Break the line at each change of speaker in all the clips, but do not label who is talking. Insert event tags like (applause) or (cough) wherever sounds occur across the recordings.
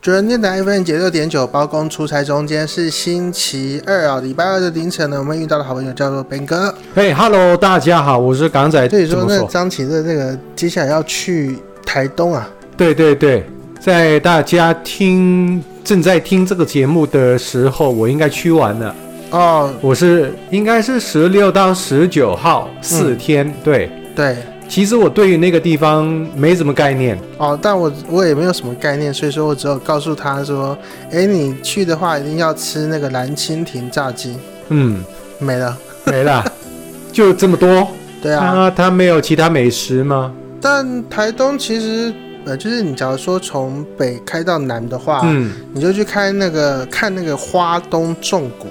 主人电台 FM 九六点九，包公出差中间是星期二啊、礼拜二的凌晨呢，我们遇到的好朋友叫做 Ben 哥。
嘿、h e l l o 大家好，我是港仔。
所以说
哎怎么
那张琪的那个接下来要去台东啊，
对对对，在大家听正在听这个节目的时候，我应该去完了。
哦，
我是应该是十六到十九号
嗯
四天。对，
对，
其实我对于那个地方没什么概念。
哦，但我我也没有什么概念，所以说我只有告诉他说，哎，你去的话一定要吃那个蓝蜻蜓炸鸡，
嗯，
没了。
没啦， (laughs) 就这么多。
对啊，
他他没有其他美食吗？
但台东其实呃，就是你假如说从北开到南的话，
嗯，
你就去开那个看那个花东纵谷，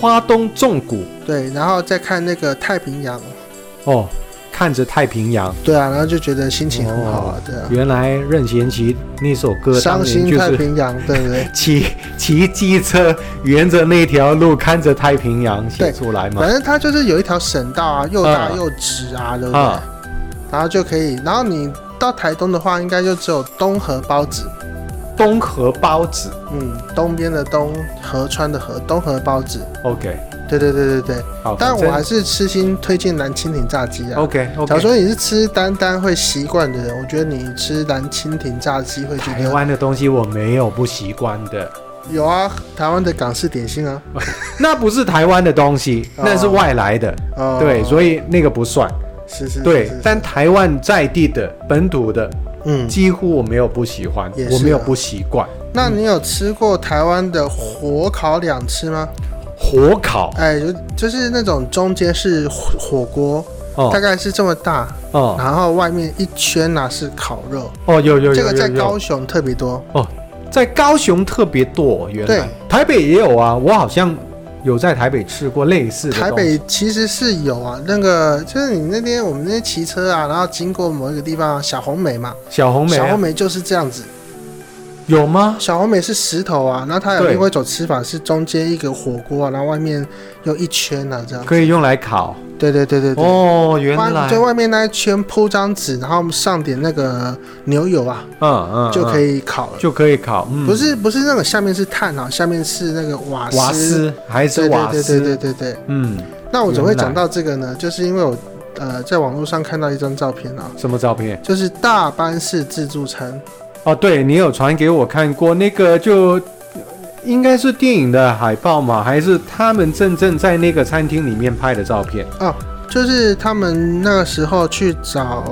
花东纵谷
对，然后再看那个太平洋，
哦，看着太平洋。
对啊，然后就觉得心情很好啊，对啊，
原来任贤齐那首歌当
伤
年
心
哦就
太
是
平洋，对不对？
骑骑机车沿着那条路看着太平洋
对
写出来 (laughs) 嘛
反？正它就是有一条省道啊，又大
啊
又直啊，对不对？
啊，
然后就可以，然后你到台东的话，应该就只有东河包子，
东河包子
嗯，东边的东，河川的河，东河包子，
，OK，
对对对对对。
好，
但
哦反正哦
我还是痴心推荐蓝蜻蜓炸鸡啊。
OK
假如
OK。
说你是吃丹丹会习惯的人，我觉得你吃蓝蜻蜓炸鸡会觉
台
得
湾的东西我没有不习惯的，
有啊，台湾的港式点心啊，
那不是台湾的东西，
哦
那是外来的，
哦，
对，所
以
以那个不算。
是是是
对
是是，
但台湾在地的本土的，
嗯，
几乎我没有不喜欢
也，是啊
我没有不习惯。
那你有吃过台湾的火烤两吃吗？
火烤
哎，就就是那种中间是火火锅，大
哦
概是这么大，
哦
然后外面一圈呐、是烤肉，
哦，有有有
这个
有
在
有
高雄特别多。
在高雄特别多，原
对
来台北也有啊，我好像有在台北吃过类似的
台
东西
北其实是有啊，那个就是你那天我们那天骑车啊，然后经过某一个地方，小红梅嘛，
小红梅啊、
小红梅就是这样子，
有吗？
小红梅是石头啊，然后它有
对
另外一种吃法是中间一个火锅啊，然后外面有一圈啊这样，
可以用来烤
对对对对对，
哦，原
外
来
在外面那一圈铺张纸，然后我们上点那个牛油啊，
嗯嗯
就可
以
以烤了。
就可以烤，嗯，
不是不是那个下面是炭啊，下面是那个瓦斯，
瓦斯还是
对
瓦
对对
斯，
对对对对。
嗯，
那我怎么会
原来
讲到这个呢？就是因为我呃在网络上看到一张照片啊，
什么照片？
就是大班式自助餐，
哦，对你有传给我看过那个就。应该是电影的海报嘛，还是他们真正在那个餐厅里面拍的照片？
就是他们那个时候去找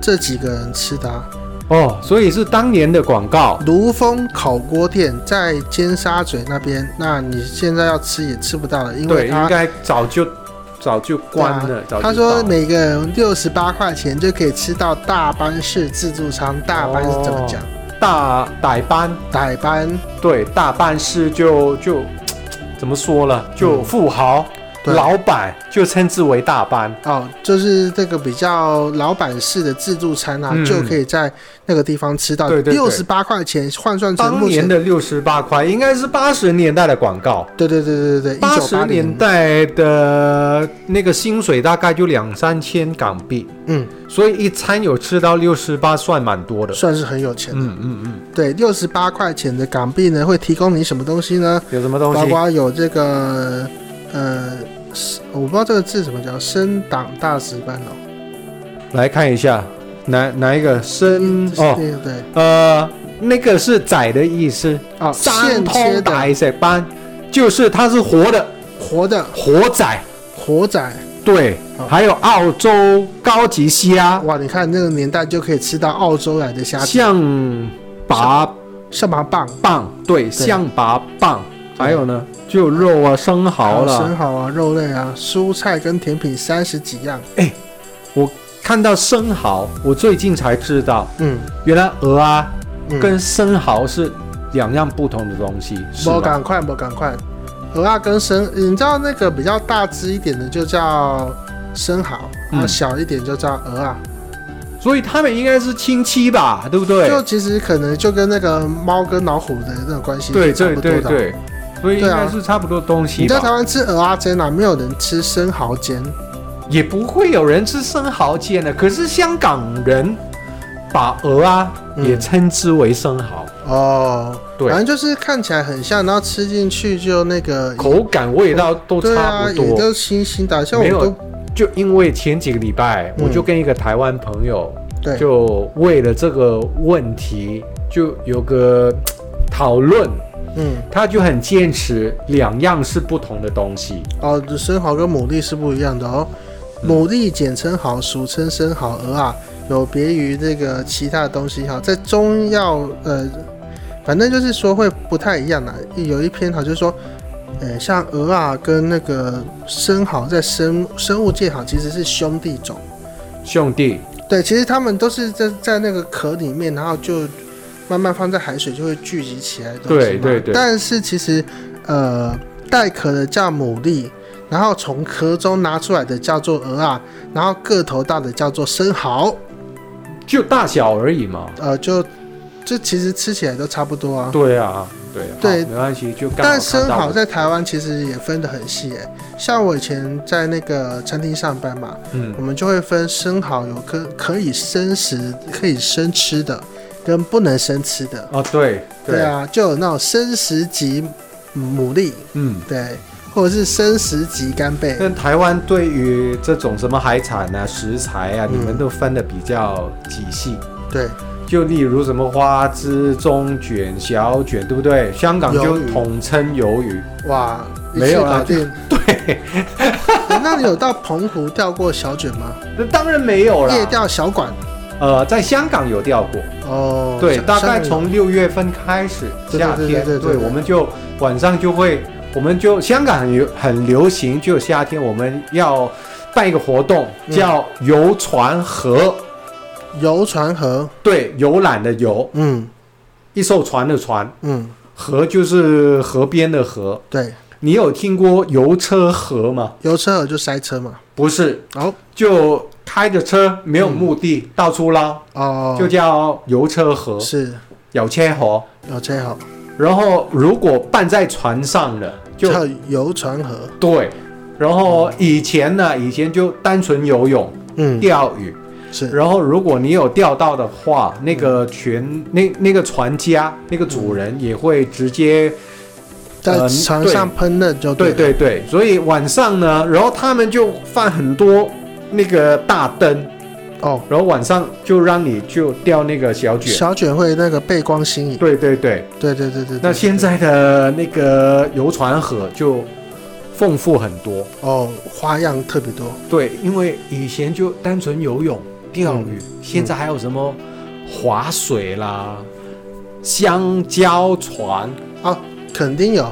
这几个人吃的、啊。
哦，所以是当年的广告。
卢峰烤锅店在尖沙咀那边，那你现在要吃也吃不到了，因为
对，应
他
该早就早就关了。早就
他说
倒了
每个人六十八块钱就可以吃到大班式自助餐，大班是怎么讲？
哦大大班，
大班
对大班是就就怎么说了，就
嗯
富豪、
对
老板就称之为大班。
哦，就是这个比较老板式的自助餐啊，
嗯
就可以在那个地方吃到
对对对
六十八块钱，换算成
当
目前
年的六十八块，应该是八十年代的广告。
对对对对对，一
八
九八
十年
零，嗯
代的那个薪水大概就两三千港币，
嗯，
所以一餐有吃到六十八，算蛮多的。
算是很有钱。
嗯嗯嗯，
对，六十八块钱的港币呢，会提供你什么东西呢？
有什么东
包
西？
括有这个呃，是我不知道这个字怎么叫，升档大值班哦，
来看一下，哪哪一个生
这是
哦？
对对
呃，那个是宰的意思，
哦，
三
现切
通
的
大石斑，就是它是活的
活的
活宰，
活仔，
对，
哦
还有澳洲高级虾，
哇，你看那个年代就可以吃到澳洲来的虾子，
象拔
什么棒？
蚌，对，象拔蚌，还有呢，就肉啊，生蚝
生
了。
蚝啊，肉类啊，蔬菜跟甜品三十几样。
看到生蚝，我最近才知道，
嗯，
原来鹅啊
嗯
跟生蚝是两样不同的东西，是
我
吗？
赶快，我赶快。鹅啊跟生，你知道那个比较大只一点的就叫生蚝，然后
嗯
小一点就叫鹅啊。
所以他们应该是亲戚吧，对不对？
就其实可能就跟那个猫跟老虎的那种关系
对
差
对
不多的
对
啊。
对，所以应
对啊
该是差不多东西
你在台
吧。
湾吃鹅啊煎啊，没有人吃生蚝煎。
也不会有人吃生蚝煎的，可是香港人把鹅啊
嗯
也称之为生蚝，
哦，
对
反正就是看起来很像，然后吃进去就那个
口感味道都
对
差
啊，
不
也
多。
都新新的，像我
没
们
有
都
就因为前几个礼拜，
嗯
我就跟一个台湾朋友，
对
就为了这个问题，就有个嘖讨论，
嗯
他就很坚持两样是不同的东西。
哦，生蚝跟牡蛎是不一样的哦。
嗯
牡蛎简称蚝，俗称生蚝、鹅啊，有别于这个其他的东西哈，在中药呃，反正就是说会不太一样啦。有一篇好就是说，呃，像鹅啊跟那个生蚝在生生物界好其实是兄弟种。
兄弟，
对，其实它们都是在在那个壳里面，然后就慢慢放在海水就会聚集起来的东西
对
嘛
对对
但是其实，呃，带壳的叫牡蛎，然后从壳中拿出来的叫做鹅啊，然后个头大的叫做生蚝，
就大小而已嘛。
呃，就这其实吃起来都差不多啊。
对啊，对啊，
对
好没关系，就刚好
但生
看到
蚝
了
在台湾其实也分得很细诶、像我以前在那个餐厅上班嘛，
嗯
我们就会分生蚝有可可以生食、可以生吃的，跟不能生吃的。
哦对
对，啊，就有那种生食级牡蛎，
嗯。
对，或者是生食级干贝，
但台湾对于这种什么海产啊、食材啊，
嗯
你们都分的比较仔细。
对，
就例如什么花枝、中卷、小卷，对不对？香港就
鱿鱼
统称鱿鱼。
哇，一
没
次
有啦
搞定。
(laughs) 对，
诶那你有到澎湖钓过小卷吗？
那当然没有
夜
啦。
钓小管
呃，在香港有钓过，
哦，
对，
香
大概
香港
从六月份开始，
对对
夏
对
天
对对，对
对，
对
我们就晚上就会，我们就香港很流很流行，就夏天我们要办一个活动，
嗯
叫游船河，
游船河，
对，游览的游，
嗯
一艘船的船，
嗯，
河就是河边的河。
对，
你有听过油车河吗？
游车河就塞车嘛，
不是，
哦
就开着车没有目的、到处捞，
嗯哦，
就叫油车河、
是哦
有车河。
有车河
然后如果办在船上的，就
叫游船河，
对。然后以前呢，以前就单纯游泳、
嗯
钓鱼。
是
然后如果你有钓到的话，那个全那那个船家那个主人也会直接
在
呃
船
对
上烹饪就
呃对
对了，
对对，所以晚上呢，然后他们就放很多那个大灯，
哦，
然后晚上就让你就钓那个小卷。
小卷会那个背光吸引，
对对对，
对对对对，对
那现在的那个游船河就丰富很多。
哦花样特别多，
对，因为以前就单纯游泳、钓鱼，
嗯
现在还有什么划水啦、香蕉船，
哦肯定有。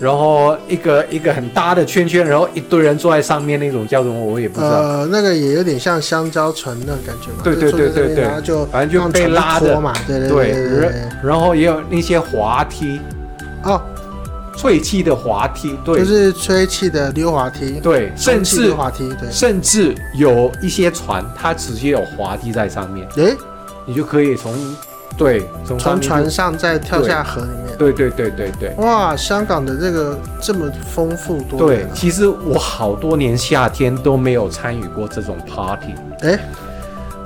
然后一个一个很大的圈圈，然后一堆人坐在上面那种叫什么，我也不知道。
呃，那个也有点像香蕉船那种感觉嘛，
对
就
对
坐在
对对
这边
对
然后就
反正就
让
被
船
拉
拖
着
嘛，对呃对对
对
对对对，
然后也有那些滑梯，
哦，
脆气的滑梯，对、
就是吹气的溜滑梯，
对，甚
充气
至
溜滑梯，对，
甚至有一些船，它直接有滑梯在上面，
诶，
你就可以从对从上
从
面就
船上再跳下河里面，
对对对对对
哇，香港的这个这么丰富多
对
元，啊，
其实我好多年夏天都没有参与过这种 party，
诶，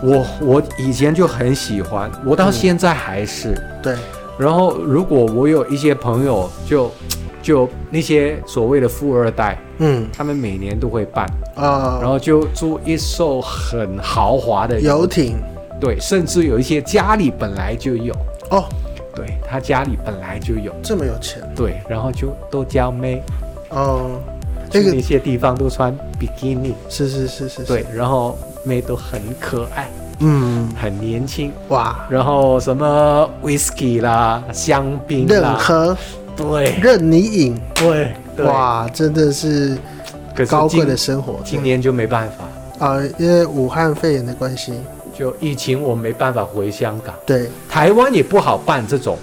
我我以前就很喜欢，我到
嗯
现在还是。
对，
然后如果我有一些朋友就就那些所谓的富二代，
嗯
他们每年都会办。然
啊，
后就租一艘很豪华的
游，艇，
对，甚至有一些家里本来就有，
哦，
对他家里本来就有，
这么有钱，
对，然后就都娇妹，
哦，
去
这个
那些地方都穿比基尼，
是是是是，是
对，，然后妹都很可爱，
嗯，
很年轻，
哇，
然后什么 whisky 啦、香槟
任
啦，
喝
对
任你饮，
对对，
哇，真的是
可是
高贵
今
的生活，
今年就没办法，
啊、因为武汉肺炎的关系，
就疫情我没办法回香港，
对，
台湾也不好办这种，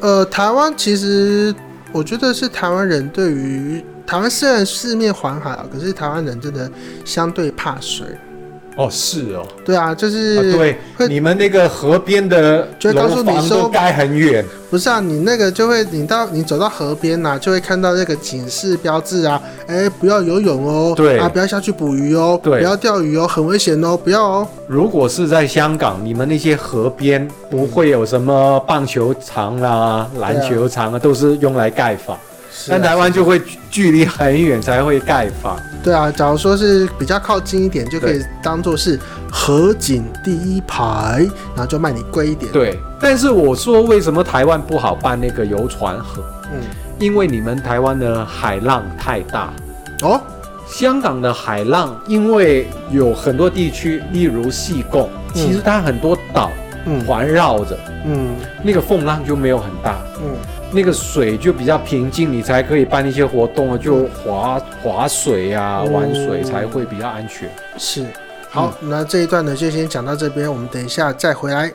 呃，台湾其实我觉得是台湾人对于台湾虽然四面环海啊，可是台湾人真的相对怕水，
哦，是哦，
对啊，就
啊、
是、
对，
会
你们那个河边的
就告诉
楼
你
房都
说
盖很远，
不是啊，你那个就会，你到你走到河边呐、就会看到那个警示标志啊，哎，不要游泳哦，
对
啊，不要下去捕鱼哦，
对
不要钓鱼哦，很危险哦，不要哦，
如果是在香港，你们那些河边不会有什么棒球场啊、篮球场啊，都是用来盖房。
是啊
但台湾就会距距离很远才会盖房。
对啊，假如说是比较靠近一点，就可以当做是河景第一排，然后就卖你贵一点，，
对，但是我说为什么台湾不好办那个游船河？
嗯，
因为你们台湾的海浪太大，
哦，
香港的海浪因为有很多地区，例如西贡，其实它很多岛
嗯
环绕着，
嗯
那个风浪就没有很大。
嗯，
那个水就比较平静，你才可以办一些活动啊，就划划水啊、
哦
玩水才会比较安全。
是。
嗯
好，那这一段呢就先讲到这边，我们等一下再回来。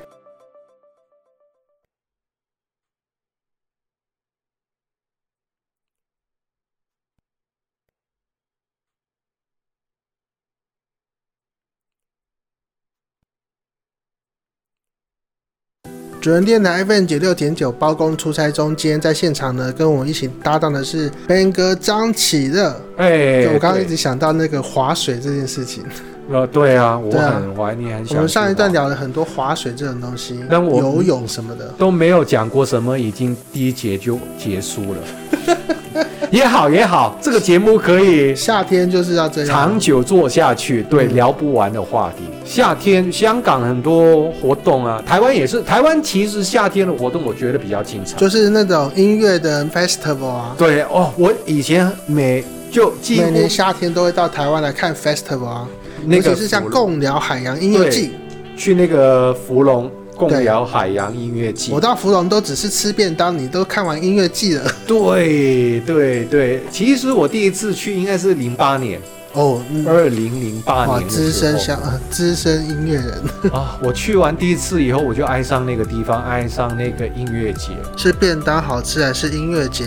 主人电台 FM 九六点九包公出差中，今天在现场呢，跟我一起搭档的是 Ben 哥张启乐。
哎
对我刚刚一
对
直想到那个划水这件事情。
呃，对啊，我
对啊
很怀念，很想
我们上一段
知道
聊了很多划水这种东西，
但我
游泳什么的，
都没有讲过什么，已经第一节就结束了。 (laughs) 也好也好，这个节目可以
夏天就是要这
长
样。
久做下去，对，
嗯
聊不完的话题。夏天香港很多活动啊，台湾也是，台湾其实夏天的活动我觉得比较精彩。
就是那种音乐的 festival 啊，
对哦，我以前每就几
每
乎
年夏天都会到台湾来看 festival 啊，
那
尤
个
其是像
福
共寮海洋音乐季，
去那个芙蓉共聊海洋音乐季
我。到芙蓉都只是吃便当，你都看完音乐季了。
对对对，其实我第一次去应该是零八年，
哦，嗯
二零零八
哇，
年的
资
时
深
候
香，呃资深音乐人
啊。我去完第一次以后，我就爱上那个地方，爱上那个音乐节。
是便当好吃还是音乐节？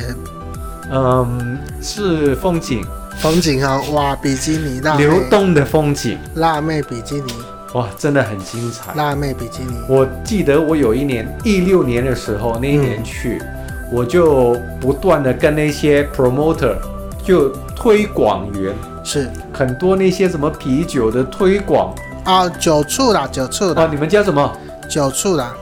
嗯，是风景，
风景啊，哇，比基尼辣
流
妹，
动的风景，
辣妹比基尼，
哇，真的很精彩。
辣妹比基尼，
我记得我有一年一六年的时候，那一年去，我就不断的跟那些 promoter 就推广员，
是
很多那些什么啤酒的推广
啊，九处啦，九处
啊，
啦，
你们叫什么
九处啦。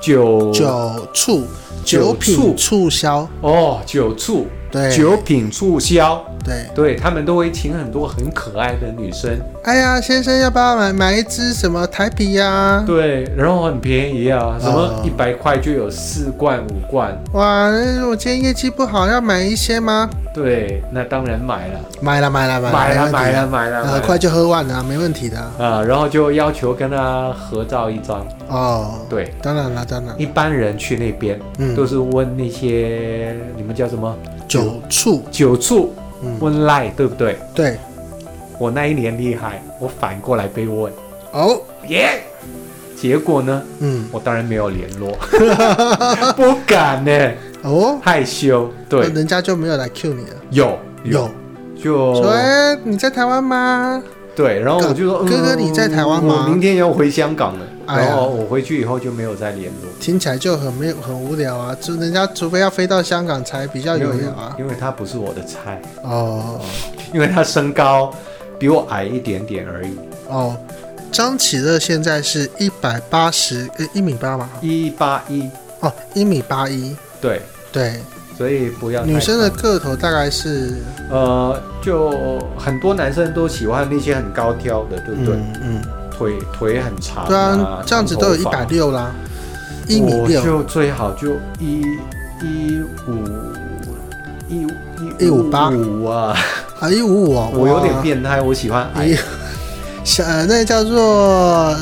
酒
酒醋，
哦酒
酒
醋
品促销，
哦酒促
对，
酒品促销，
对。
对他们都会请很多很可爱的女生，
哎呀，先生，要不要买买一支什么台啤呀、
(laughs) 对，然后很便宜啊，什么
啊
一百块就有四罐五罐，
哇，那我今天业绩不好，要买一些吗？
对，那当然买了，
买了，买了，
买
了，
了
没问题
买了，买了，
呃
买
很
了
快就喝完了，没问题的。
啊、然后就要求跟他合照一张。
哦，
对，
当然了，当然，
一般人去那边、
嗯，
都是问那些你们叫什么
酒醋，
酒醋，
嗯，
问赖对不对？
对，
我那一年厉害，我反过来被问
哦，
耶。结果呢？
嗯，
我当然没有联络， (laughs) 不敢呢、
哦，
害羞。
那
对，
人家就没有来 Q 你了。
有
有，
就
说哎，你在台湾吗？
对，然后我就说
哥哥
嗯
你在台湾吗
我明天要回香港了，
哎呀
然后我回去以后就没有再联络。
听起来就很没有很无聊啊，就人家除非要飞到香港才比较
没
有
有
聊啊。
因为他不是我的菜，
哦，
因为他身高比我矮一点点而已，
哦，张启乐现在是一百八十，呃，一米八嘛，
一八一，
哦，一米八一，
对，
对，
所以不要太
女生的个头大概是，
呃，就很多男生都喜欢那些很高挑的，对不对？
嗯嗯，
腿腿很长、
对啊，这样子都有一百
长头
六啦，
发
一米
我
六，
就最好就一一五一
一五八
五啊，
啊，一五五哦，
我有点
哇，
变态，我喜欢矮
一 (laughs) 小呃那叫做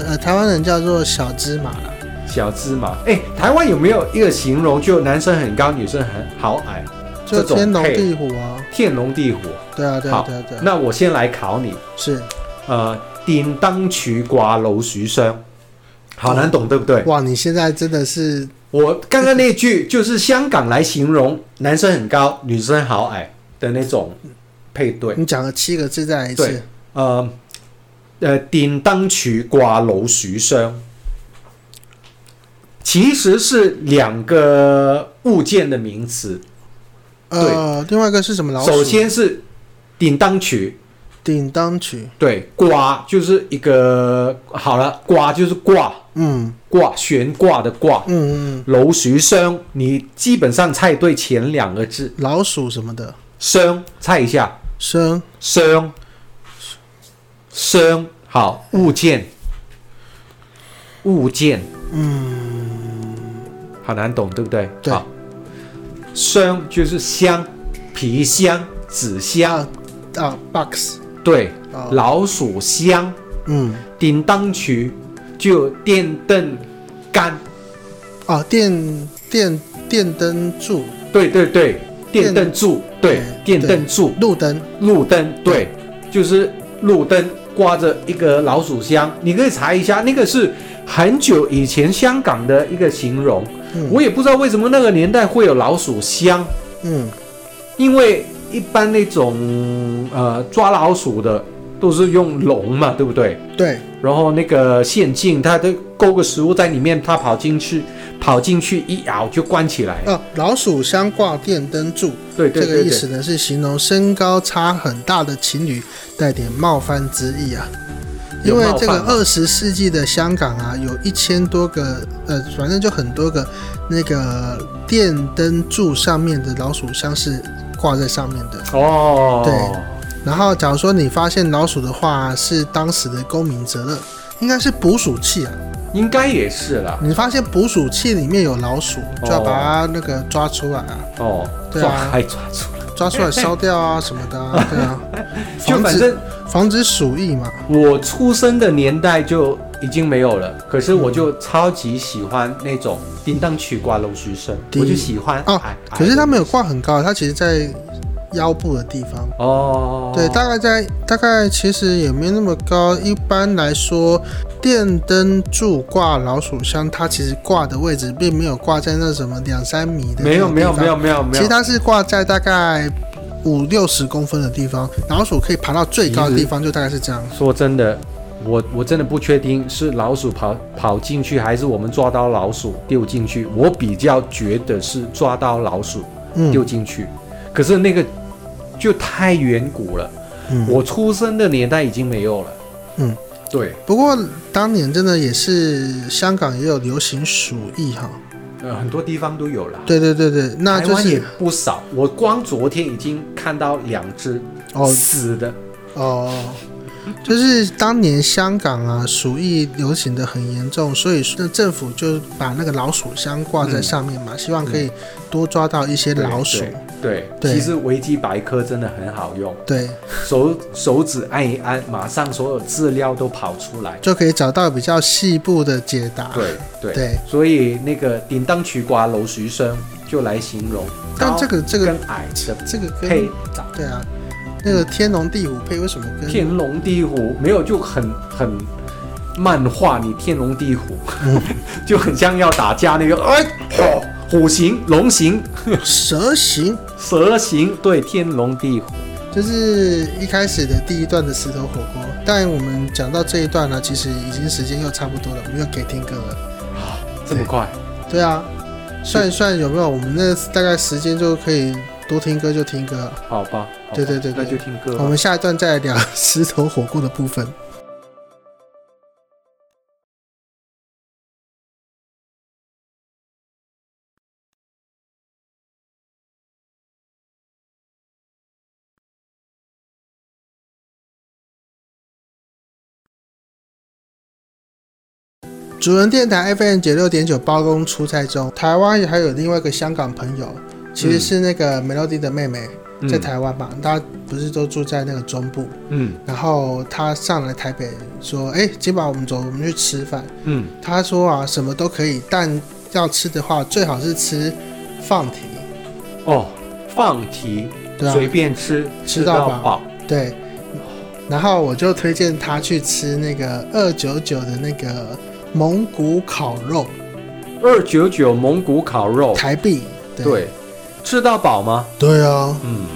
呃台湾人叫做小芝麻啦，
小芝麻。哎，台湾有没有一个形容，就男生很高，女生很好矮，
就
这种
天龙
配
地虎啊，
天龙地虎？
对啊对啊
好
对啊对啊，
那我先来考你，
是，
呃，電燈柱掛老鼠箱，好难懂，对不对？
哇，你现在真的是
我刚刚那句就是香港来形容男生很高，女生好矮的那种配对。
你讲了七个字再来一次
对，呃，呃電燈柱掛老鼠箱，其实是两个物件的名词。
呃，另外一个是什么老鼠？
首先是電燈柱，
顶当曲，
对，挂就是一个好了，挂就是挂
嗯
挂悬挂的挂，
嗯嗯，
老鼠箱，你基本上猜对前两个字，
老鼠什么的，
箱猜一下，
生
箱箱好物件物件，嗯，好难懂，对不对？
对
好，箱就是箱，皮箱、纸箱，
啊，box
对，
啊，
老鼠箱。
嗯
叮当曲就电灯杆，
啊，电电电灯柱，
对对对，
电
电灯柱，对
对
电灯柱，
路灯，
路灯，对，就是路灯挂着一个老鼠箱，你可以查一下，那个是很久以前香港的一个形容，
嗯
我也不知道为什么那个年代会有老鼠箱，
嗯
因为一般那种呃抓老鼠的都是用笼嘛，对不对？
对，
然后那个陷阱，它都勾个食物在里面，它跑进去，跑进去一咬就关起来。
啊，老鼠箱挂电灯柱，
对对
这个
对
意
对
思，呢是形容身高差很大的情侣，带点冒犯之意啊。因
有
为
冒
这个
犯吗
二十世纪的香港啊，有一千多个呃，反正就很多个呃那个电灯柱上面的老鼠箱是挂在上面的。
哦，
对然后，假如说你发现老鼠的话，是当时的公民责任，应该是捕鼠器啊。
应该也是啦。
你发现捕鼠器里面有老鼠，就要把它那个抓出来啊，
哦，
对
抓
啊
还抓住，
抓
哦
出来烧掉啊什么的啊，对
(laughs)
啊，
就
防
反
止
正
防止鼠疫嘛。
我出生的年代就已经没有了，可是我就超级喜欢那种叮当曲挂楼鼠声，
叮
我就喜欢
哦
哎哎
可是它没有挂很高，它其实在腰部的地方。
哦，
对，大概在大概其实也没那么高。一般来说，电灯柱挂老鼠箱，它其实挂的位置并没有挂在那什么两三米的那
没有
种
没有
地方
没有没有没
其实
有，
它是挂在大概五六十公分的地方，老鼠可以爬到最高的地方，就大概是这样。
说真的。我我真的不确定是老鼠跑跑进去，还是我们抓到老鼠丢进去。我比较觉得是抓到老鼠
嗯
丢进去，可是那个就太远古了，
嗯，
我出生的年代已经没有了。
嗯，
对，
不过当年真的也是香港也有流行鼠疫哈。
呃，很多地方都有了。
对对对对，那
台
就
湾也
是
不少，我光昨天已经看到两只
哦
死的。
哦，就是当年香港啊，鼠疫流行的很严重，所以那政府就把那个老鼠箱挂在上面嘛，
嗯
希望可以多抓到一些老鼠。
对，
对
其实维基百科真的很好用，
对，
手手指按一按，马上所有资料都跑出来。
就可以找到比较细部的解答。
对对，
对，
所以那个“叮当曲瓜楼徐生”就来形容
但这个这个
跟矮的
这个跟
配长。
对啊，那个天龙地虎配为什么跟
天龙地虎没有就很很漫画，你天龙地虎、
嗯
(laughs) 就很像要打架那个，哎，虎虎形、龙形、
蛇形？
蛇形，对，天龙地虎，
就是一开始的第一段的石头火锅，但我们讲到这一段呢，其实已经时间又差不多了，我们又可以听歌了。
这么快，
对啊，算一算有没有？我们那大概时间就可以多听歌就听歌。
好吧？好吧
对对对对哦
那就听歌
我
吧。
们下一段再来聊石头火锅的部分。主人电台 FM 九六点九包公出差中，台湾还有另外一个香港朋友，其实是那个 Melody 的妹妹。
嗯
在台湾吧，他不是都住在那个中部，
嗯
然后他上来台北说，哎、今晚我们走，我们去吃饭。
嗯，
他说啊，什么都可以，但要吃的话，最好是吃放题，
哦，放题，
对
随
啊，
便吃，
吃
到
到饱对。然后我就推荐他去吃那个二九九的那个蒙古烤肉，
二九九蒙古烤肉，
台币。对
对，吃到饱吗？
对啊，
嗯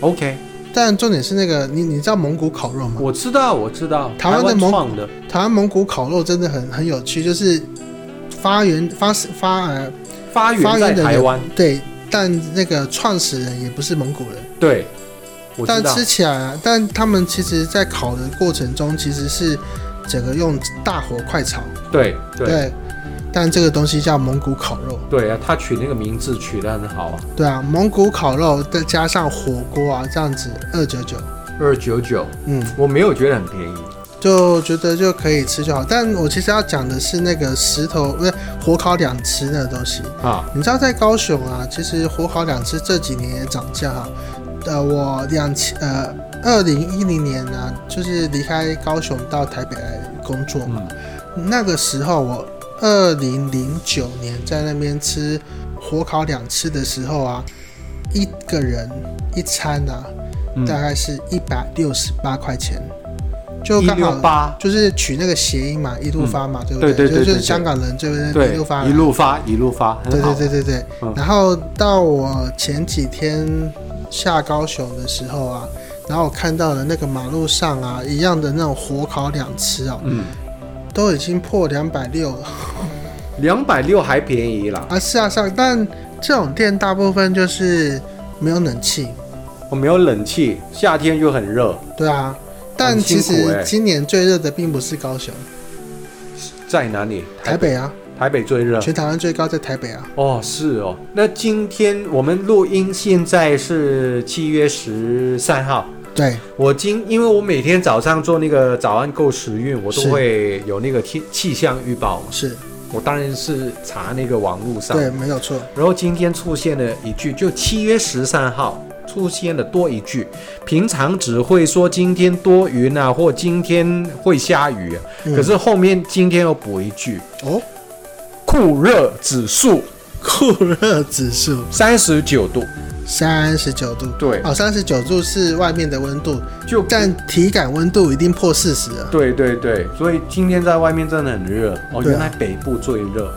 ，OK，
但重点是那个，你你知道蒙古烤肉吗？
我知道，我知道，
台
台
湾的蒙
创的，
台湾蒙古烤肉真的很很有趣，就是发源发发呃
发源
发
在
源的
台
人
湾，
对，但那个创始人也不是蒙古人，
对，我知
但
道，
吃起来啊，但他们其实在烤的过程中其实是整个用大火快炒，
对对
对，但这个东西叫蒙古烤肉。
对啊，他取那个名字取得很好啊，
对啊，蒙古烤肉再加上火锅啊，这样子二九九，
二九九，
嗯，
我没有觉得很便宜，
就觉得就可以吃就好。但我其实要讲的是那个石头，不是火烤两吃那个东西。
啊，
你知道在高雄啊，其实火烤两吃这几年也涨价哈。呃，我两千呃二零一零年呢、就是离开高雄到台北来工作嘛。
嗯，
那个时候我二零零九年在那边吃火烤两吃的时候啊，一个人一餐啊，
嗯
大概是一百六十八块钱，就
一
刚
六
好
八，
就是取那个谐音嘛，一路发嘛，对不
对对
就
对对
就是
对
香港人就是
对，
一路发嘛，
一路发一路发，很
对
好
对对对对。
嗯
然后到我前几天下高雄的时候啊，然后我看到了那个马路上啊，一样的那种火烤两吃啊，
嗯，
都已经破两百六了。
两百六还便宜啦，
啊，是啊，是啊，但这种店大部分就是没有冷气，
我没有冷气，夏天就很热，
对啊。但
很
其
辛苦
实
欸
今年最热的并不是高雄，
在哪里？
台北啊，
台北嗯最热。
全台湾最高在台北啊。
哦，是哦。那今天我们录音，现在是七月十三号。
对，
我今因为我每天早上做那个早安购时运，我都
是
会有那个天气象预报。
是，
我当然是查那个网络上。
对，没有错，
然后今天出现了一句，就七月十三号出现了多一句，平常只会说今天多云啊，或今天会下雨啊、
嗯
可是后面今天又补一句，
哦，
酷热指数
酷热指数
三十九度，
三十九度，
对，
哦，三十九度是外面的温度，
就
但体感温度一定破四十了。
对对对，所以今天在外面真的很热哦，
对啊
原来北部最热，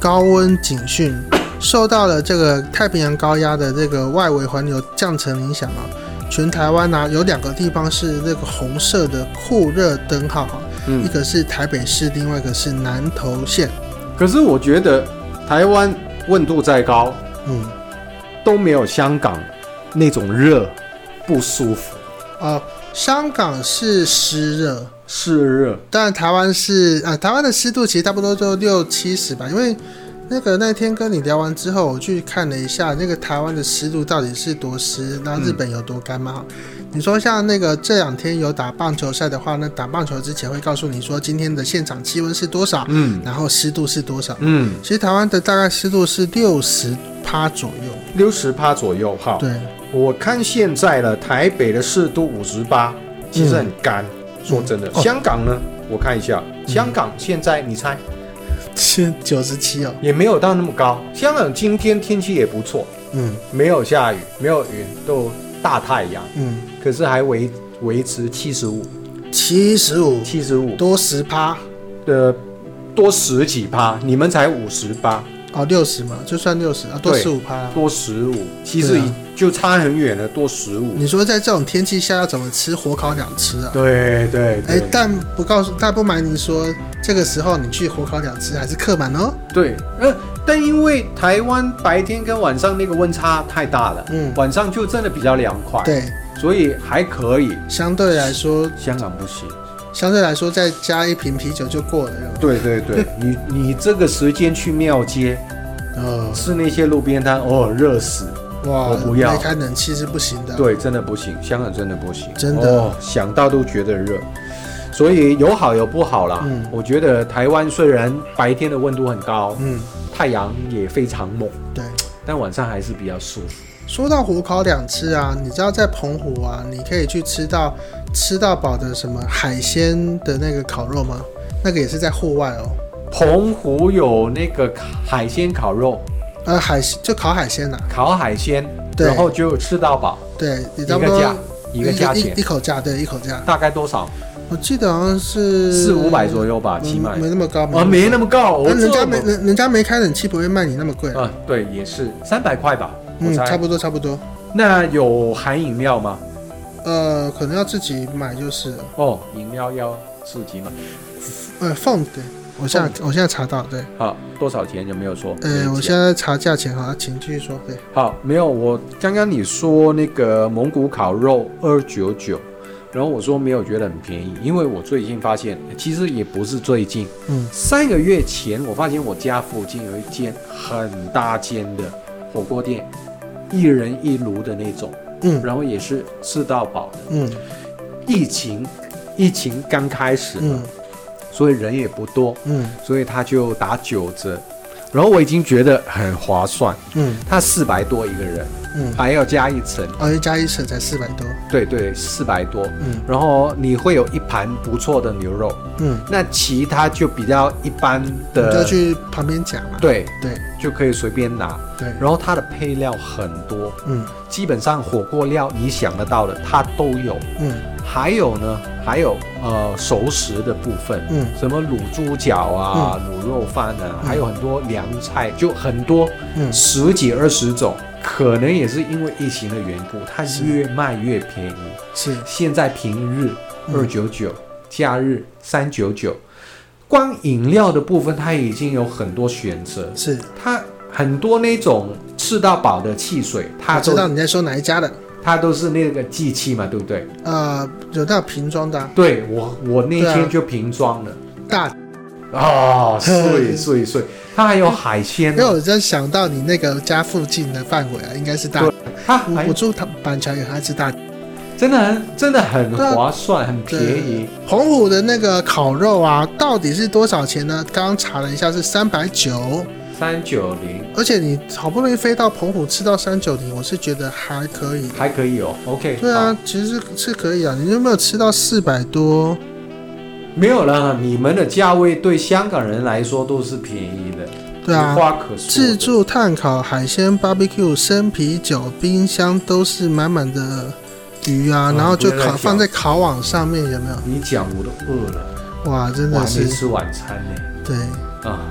高温警讯，受到了这个太平洋高压的这个外围环流降层影响啊，全台湾呢、有两个地方是那个红色的酷热灯号哈、一
嗯，
个是台北市，另外一个是南投县。
可是我觉得台湾温度再高
嗯，
都没有香港那种热不舒服，
哦、香港是湿热，
是热，
但台湾是啊、台湾的湿度其实差不多就六七十吧，因为。那个那天跟你聊完之后，我去看了一下那个台湾的湿度到底是多湿，那日本有多干嘛？你说像那个这两天有打棒球赛的话，那打棒球之前会告诉你说今天的现场气温是多少，
嗯
然后湿度是多少。
嗯，
其实台湾的大概湿度是六十趴左右，
六十趴左右哈。
对，
我看现在了，台北的湿度五十八，其实很
嗯
干，说真的。
哦
香港呢，我看一下，
嗯
香港现在你猜
是九十七哦，
也没有到那么高。香港今天天气也不错，
嗯
没有下雨，没有云，都大太阳，
嗯，
可是还维维持七十五，
七十五
七十五
多十趴
的多十几趴，你们才五十八，
哦，六十嘛，就算六十啊，多
对
十五趴啦。
多十五，其实
对啊
已就差很远了，多十五。
你说在这种天气下要怎么吃火烤两吃啊？
对对
哎
对，，
但不告诉，但不瞒您说，这个时候你去火烤两吃还是客满哦。
对，呃，但因为台湾白天跟晚上那个温差太大了，
嗯，
晚上就真的比较凉快，，
对，
所以还可以。
相对来说，
香港不行。
相对来说再加一瓶啤酒就过了哟。
对对对，你你这个时间去庙街
哦，
吃那些路边摊，哦，热死。
哇，
我不要
没开冷气是不行的。，
对，真的不行，香港真的不行，
真的
哦、想到都觉得热。所以有好有不好啦。
嗯
我觉得台湾虽然白天的温度很高，
嗯，
太阳也非常猛，
对。
但晚上还是比较舒服。
说到火烤两吃啊，你知道在澎湖啊，你可以去吃到吃到饱的什么海鲜的那个烤肉吗？那个也是在户外哦。
澎湖有那个海鲜烤肉，
呃，海就烤海鲜呐、
烤海鲜，
对
然后就吃到饱，
对，你
一
差不多
个价一个价钱
一，一口价，对，一口价。
大概多少？
我记得好像是
四五百左右吧，
没
起码
嗯没那么高，
啊，没那么
那
高，我
人家
这
没
么
人人家没开冷气不会卖你那么贵，
啊，对，也是三百块吧，我
嗯，差
猜。
不多差不多。
那有含饮料吗？
呃，可能要自己买就是了。
哦，饮料要自己买。
呃，凤对，我现在我现在查到对，
好，多少钱有没有说？没
呃，
有
我
讲
现在查价钱哈，请继续说对。
好，没有，我刚刚你说那个蒙古烤肉二九九，然后我说没有觉得很便宜，因为我最近发现，其实也不是最近，
嗯，
三个月前我发现我家附近有一间很大间的火锅店，一人一炉的那种，
嗯
然后也是吃到饱的。
嗯
疫情，疫情刚开始嘛，
嗯
所以人也不多，
嗯
所以他就打九折，然后我已经觉得很划算，
嗯
他四百多一个人。
嗯，
还要加一层，
哦，一加一层才四百多。
对对，四百多。
嗯
然后你会有一盘不错的牛肉，
嗯，
那其他就比较一般
你就
的，
去旁边夹嘛。
对，
对
就可以随便拿。
对，
然后它的配料很多，
嗯
基本上火锅料你想得到的它都有。
嗯
还有呢，还有呃熟食的部分，
嗯
什么卤猪脚啊、卤肉饭啊，
嗯
还有很多凉菜，就很多
嗯
十几二十种。可能也是因为疫情的缘故，它越卖越便宜。
是
现在平日
嗯
二九九，假日三九九，光饮料的部分它已经有很多选择，
是，
它很多那种吃到饱的汽水，它
我知道
都
你在说哪一家的。
它都是那个机器嘛，对不对？
呃，有那瓶装的啊、
对我我那
对啊
天就瓶装了
大，(laughs)
啊，碎碎碎，它还有海鲜啊
因为
呢，
我在想到你那个家附近的范围啊，应该是大。
对哎它
我
还
我住他板桥有它是大，
真的很真的很
对啊
划算，很便宜
对。澎湖的那个烤肉啊，到底是多少钱呢？刚刚查了一下是三百九，
三九零
而且你好不容易飞到澎湖吃到三九零，我是觉得还可以。
还可以哦，OK，
对
好
啊，其实是是可以啊。你有没有吃到四百多？
没有啦，你们的价位对香港人来说都是便宜的，
对啊
无，话可说。
自，助炭烤、海鲜 BBQ、生啤酒、冰箱都是满满的鱼啊，
嗯
然后就
不要再
烤
讲
放在烤网上面，有没有？
你讲我都饿了，
哇，真
我还
的
没
是
吃晚餐呢。
对。
啊，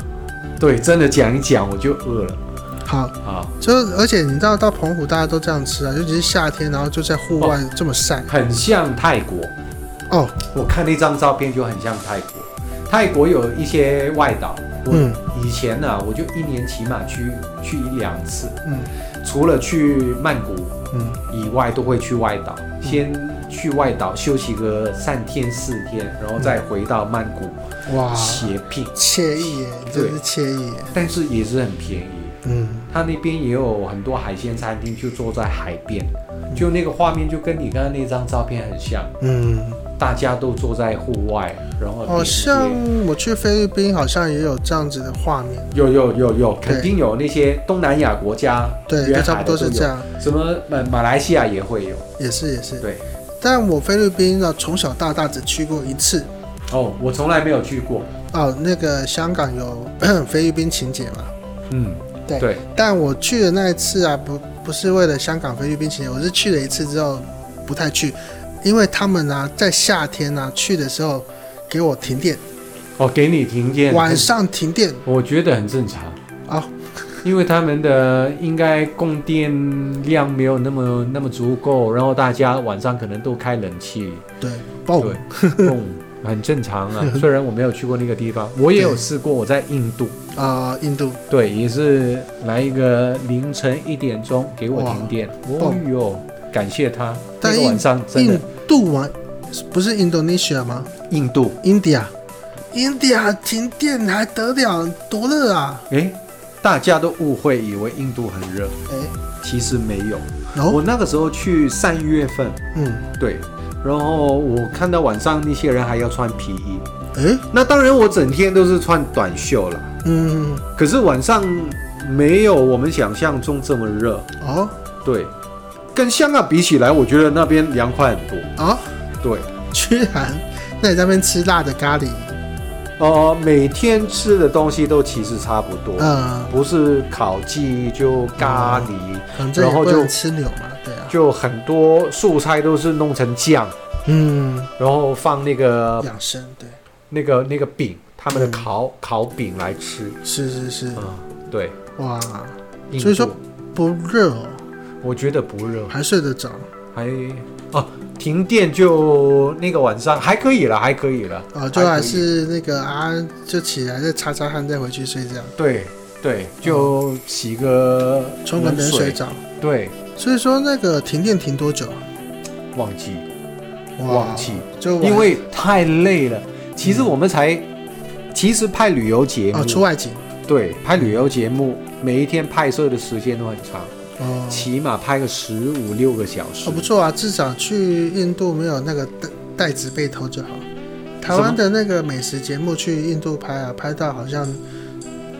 对，真的讲一讲我就饿了
好，
啊，
就而且你知道到澎湖大家都这样吃啊，尤其是夏天，然后就在户外这么晒
很像泰国。
哦，
我看那张照片就很像泰国。泰国有一些外岛，我
嗯
以前呢、我就一年起码去去一两次，
嗯
除了去曼谷
嗯
以外，都会去外岛，先去外岛休息个三天四天，然后再回到曼谷
嗯哇，
斜聘，
惬意耶，真是惬意耶，
但是也是很便宜。
嗯
它那边也有很多海鲜餐厅，就坐在海边，就那个画面就跟你刚刚那张照片很像，
嗯，
大家都坐在户外，然后
好像
连接
我去菲律宾好像也有这样子的画面，
有有有有，
对
肯定有那些东南亚国家，
对，
沿
就
海
差不多
的
是
都有
这样，
什么马马来西亚也会有。
也是也是。
对，
但我菲律宾呢，从小到大只去过一次。
哦，我从来没有去过。
哦，那个香港有 (coughs) 菲律宾情节嘛？
嗯，
对
对，
但我去的那一次啊，不不是为了香港菲律宾情节，我是去了一次之后不太去，因为他们啊在夏天啊去的时候给我停电，
哦，给你停电，
晚上停电
我觉得很正常。
啊，
因为他们的应该供电量没有那么那么足够，然后大家晚上可能都开冷气，
对，爆
对嗯，很正常啊。虽然我没有去过那个地方，我也有试过，我在印度，
啊、印度
对，也是来一个凌晨一点钟给我停电，哦哟，感谢他，
但
那个
印
晚上真
印
的
度啊，不是 Indonesia 吗
印度，
？India。India 停电还得了？多热啊！
诶，大家都误会以为印度很热，
哎、
其实没有。
然后
我那个时候去三月份，
嗯，
对，然后我看到晚上那些人还要穿皮衣，
哎、
那当然我整天都是穿短袖啦。
嗯，
可是晚上没有我们想象中这么热，
哦
对，跟香港比起来，我觉得那边凉快很多，
哦，
对，
居然，那你在那边吃辣的咖喱，
呃，每天吃的东西都其实差不多，
呃，
不是烤鸡就咖喱，
嗯可能这也
然后
不
就
能吃牛嘛，对啊，
就很多素菜都是弄成酱，
嗯，
然后放那个
养生，对，
那个那个饼，他们的
嗯
烤、烤饼来吃，
是是是，
啊，对，
哇，嗯
印
所以说
度
不热、哦，
我觉得不热，
还睡得着，
还哦，停电就那个晚上还可以了，还可以了。
哦，就还
可以
是那个啊，就起来再擦擦汗，再回去睡觉，
对对，就洗个
冲个冷水
水。
澡。
对，
所以说那个停电停多久啊？
忘记
哇
忘记，
就晚
因为太累了。其实我们才，其实拍旅游节目
哦，出外景
对，拍旅游节目，每一天拍摄的时间都很长，
哦，
起码拍个十五六个小时。
哦不错啊，至少去印度没有那个袋袋子被偷就好。台湾的那个美食节目去印度拍啊，拍到好像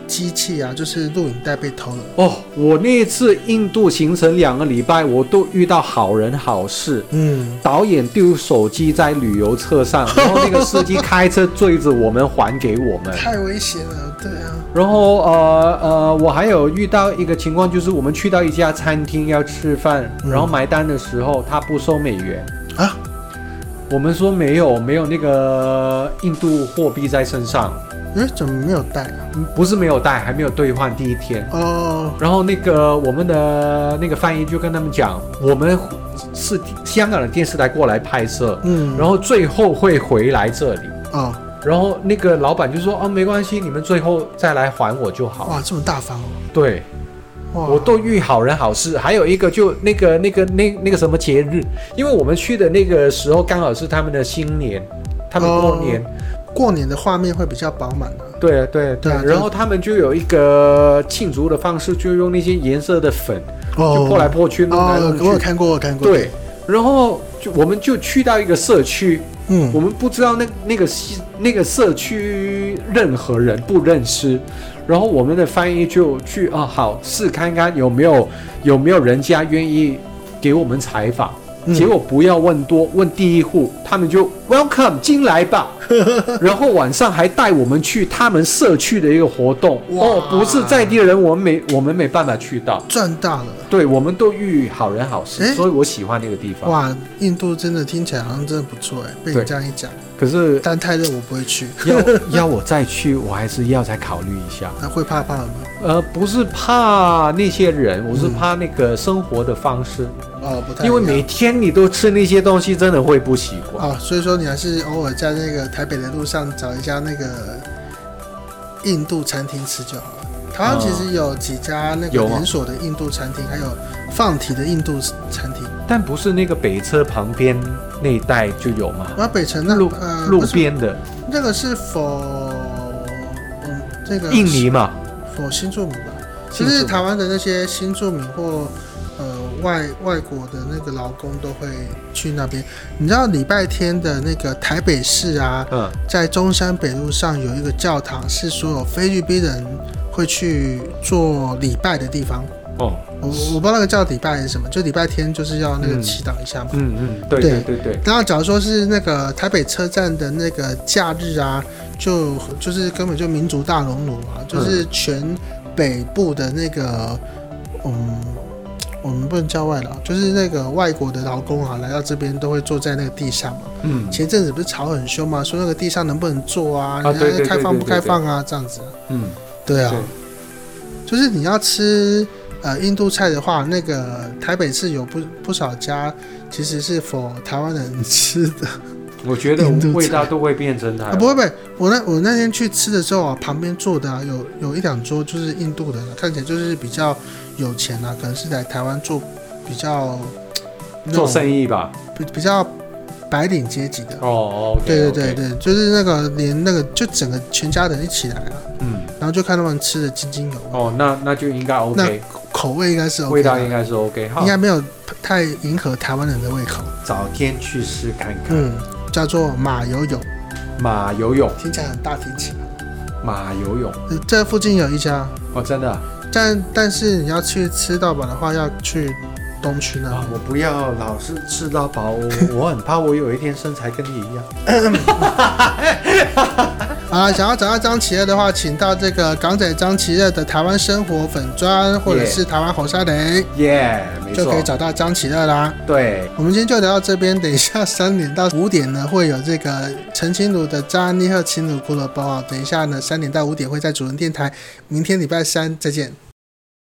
机器啊，就是录影带被偷了。
哦，我那一次印度行程两个礼拜，我都遇到好人好事。
嗯，
导演丢手机在旅游
(laughs)
车上，然后那个司机开车追着我们还给我们。
太危险了，对啊，
然后呃呃，我还有遇到一个情况，就是我们去到一家餐厅要吃饭，
嗯
然后埋单的时候他不收美元
啊，
我们说没有没有那个印度货币在身上，
诶，怎么没有带啊？
嗯不是没有带，还没有兑换第一天。
哦，
然后那个我们的那个翻译就跟他们讲，我们是香港的电视台过来拍摄，
嗯，
然后最后会回来这里。
哦，
然后那个老板就说：“哦，没关系，你们最后再来还我就好。
哇，这么大方哦，”
对，
哇，
我都遇好人好事。还有一个就那个那个那那个什么节日，因为我们去的那个时候刚好是他们的新年，他们过
哦
年。
过年的画面会比较饱满啊。
对
对
对对
啊，
然后他们就有一个庆祝的方式，就用那些颜色的粉，就泼来泼去，弄来
哦，我有
弄去。
看过，我有看过。
对，，然后就我们就去到一个社区，
嗯，
我们不知道那那个西那个社区任何人不认识，然后我们的翻译就去啊好试看看有没有有没有人家愿意给我们采访，
嗯
结果不要问多，问第一户，他们就 Welcome 进来
(laughs)
吧，然后晚上还带我们去他们社区的一个活动，
哇
哦不是在地人，我们没我们没办法去到，
赚到了。
对我们都遇好人好事
诶，
所以我喜欢那个地方。
哇，印度真的听起来好像真的不错哎，被你
对
这样一讲，
可是
但太热我不会
(laughs)
去，
要
(laughs)
要我再去，我还是要再考虑一下。
那会怕怕吗？
呃，不是怕那些人，我是
嗯
怕那个生活的方式，
哦，不太一
因
样，
为每天你都吃那些东西，真的会不习惯。
哦，所以说你还是偶尔在那个台北的路上找一家那个印度餐厅吃就好了。台湾
哦
其实有几家那个
有吗
连锁的印度餐厅，还有放题的印度餐厅。
但不是那个北车旁边那一带就有吗？
然后北城那
路
呃
路
不是
边的
那个是否嗯这个
印尼嘛，
否新住民吧？嗯其
新住
实
民
台湾的那些新住民或呃外外国的那个劳工都会去那边。你知道礼拜天的那个台北市啊，
嗯，
在中山北路上有一个教堂，是所有菲律宾人会去做礼拜的地方。
哦，
我我不知道那个叫礼拜是什么，就礼拜天就是要那个
嗯
祈祷一下嘛。
嗯嗯，对
对
对对对，
然后假如说是那个台北车站的那个假日啊，就就是根本就民族大熔炉
嗯
啊，就是全北部的那个，嗯，我们不能叫外劳，就是那个外国的劳工啊，来到这边都会坐在那个地上嘛。
嗯
前阵子不是吵很凶嘛，说那个地上能不能坐啊，
啊对
人家
对对
开放不
对对
开
对
放啊，这样子啊。
嗯，
对啊
对，
就是你要吃呃印度菜的话，那个台北市有不不少家其实是否台湾人吃的。
我觉得
印度菜
味道都会变成台
啊，
湾
不会不会，我那我那天去吃的时候啊，旁边坐的啊，有有一两桌就是印度人啊，看起来就是比较有钱啊，可能是来台湾做比较
做
意
生意吧。
比比较白领阶级的。
哦，OK，
对对对，对，就是那个连那个就整个全家人一起来啊，
嗯，
然后就看他们吃的津津有味，
哦，那那就应该 OK，
口味应该是 OK，
味道
的啊
应该是 OK，好
应，该没有太迎合台湾人的胃口。
早天去试看看。
嗯，叫做马友友，
马游泳，
听起来很大提琴。
马游泳，
呃这附近有一家，
哦，真的啊。
但但是你要去吃到饱的话，要去东区那
啊
里。，
我不要老是吃到饱， (laughs) 我我很怕我有一天身材跟你一样。
啊，想要找到张琪乐的话，请到这个港仔张琪乐的台湾生活粉砖，或者是台湾红沙雷，
耶、没
就
错
可以，找到张琪乐啦。
对，
我们今天就聊到这边，等一下三点到五点呢会有这个陈清如的扎尼赫清如骷髅包啊，等一下呢三点到五点会在主人电台，明天礼拜三再见，